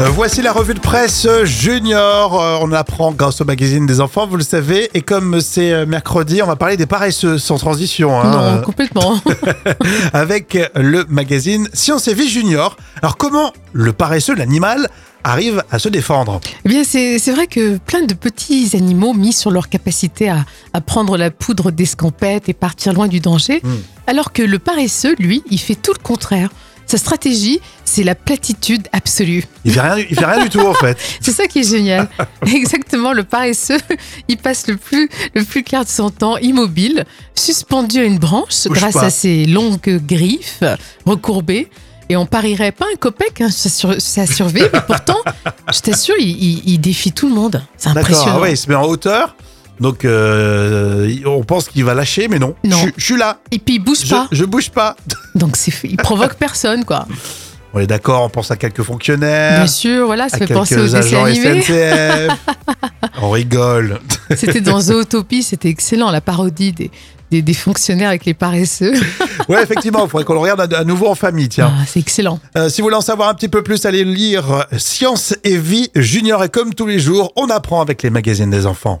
Euh, Voici la revue de presse junior. Euh, on apprend grâce au magazine des enfants, vous le savez. Et comme c'est euh, mercredi, on va parler des paresseux sans transition. hein, non, euh, complètement. avec le magazine Science et Vie Junior. Alors comment le paresseux, l'animal, arrive à se défendre Eh bien, c'est c'est vrai que plein de petits animaux mis sur leur capacité à, à prendre la poudre d'escampette et partir loin du danger, Hmm. alors que le paresseux, lui, il fait tout le contraire. Sa stratégie, c'est la platitude absolue. Il fait rien, du- il fait rien du tout en fait. C'est ça qui est génial. Exactement, le paresseux, il passe le plus, le plus clair de son temps immobile, suspendu à une branche Bouge grâce pas. à ses longues griffes recourbées. Et on parierait pas un copec, hein, ça, sur- ça survit, mais pourtant, je t'assure, il, il- il défie tout le monde. C'est D'accord. impressionnant. ah ouais, il se met en hauteur. Donc euh, on pense qu'il va lâcher, mais non. Non. Je, je suis là. Et puis il bouge Je, pas, je bouge pas. donc c'est- il provoque personne, quoi. On est d'accord. On pense à quelques fonctionnaires. Bien sûr, voilà, ça à fait penser aux quelques dessins agents animés. SNCF. on rigole. C'était dans Zootopie, c'était excellent, la parodie des, des- des fonctionnaires avec les paresseux. Ouais, effectivement, il faudrait qu'on le regarde à, à nouveau en famille, tiens. Ah, c'est excellent. Euh, si vous voulez en savoir un petit peu plus, allez lire Science et Vie Junior. Et comme tous les jours, on apprend avec les magazines des enfants.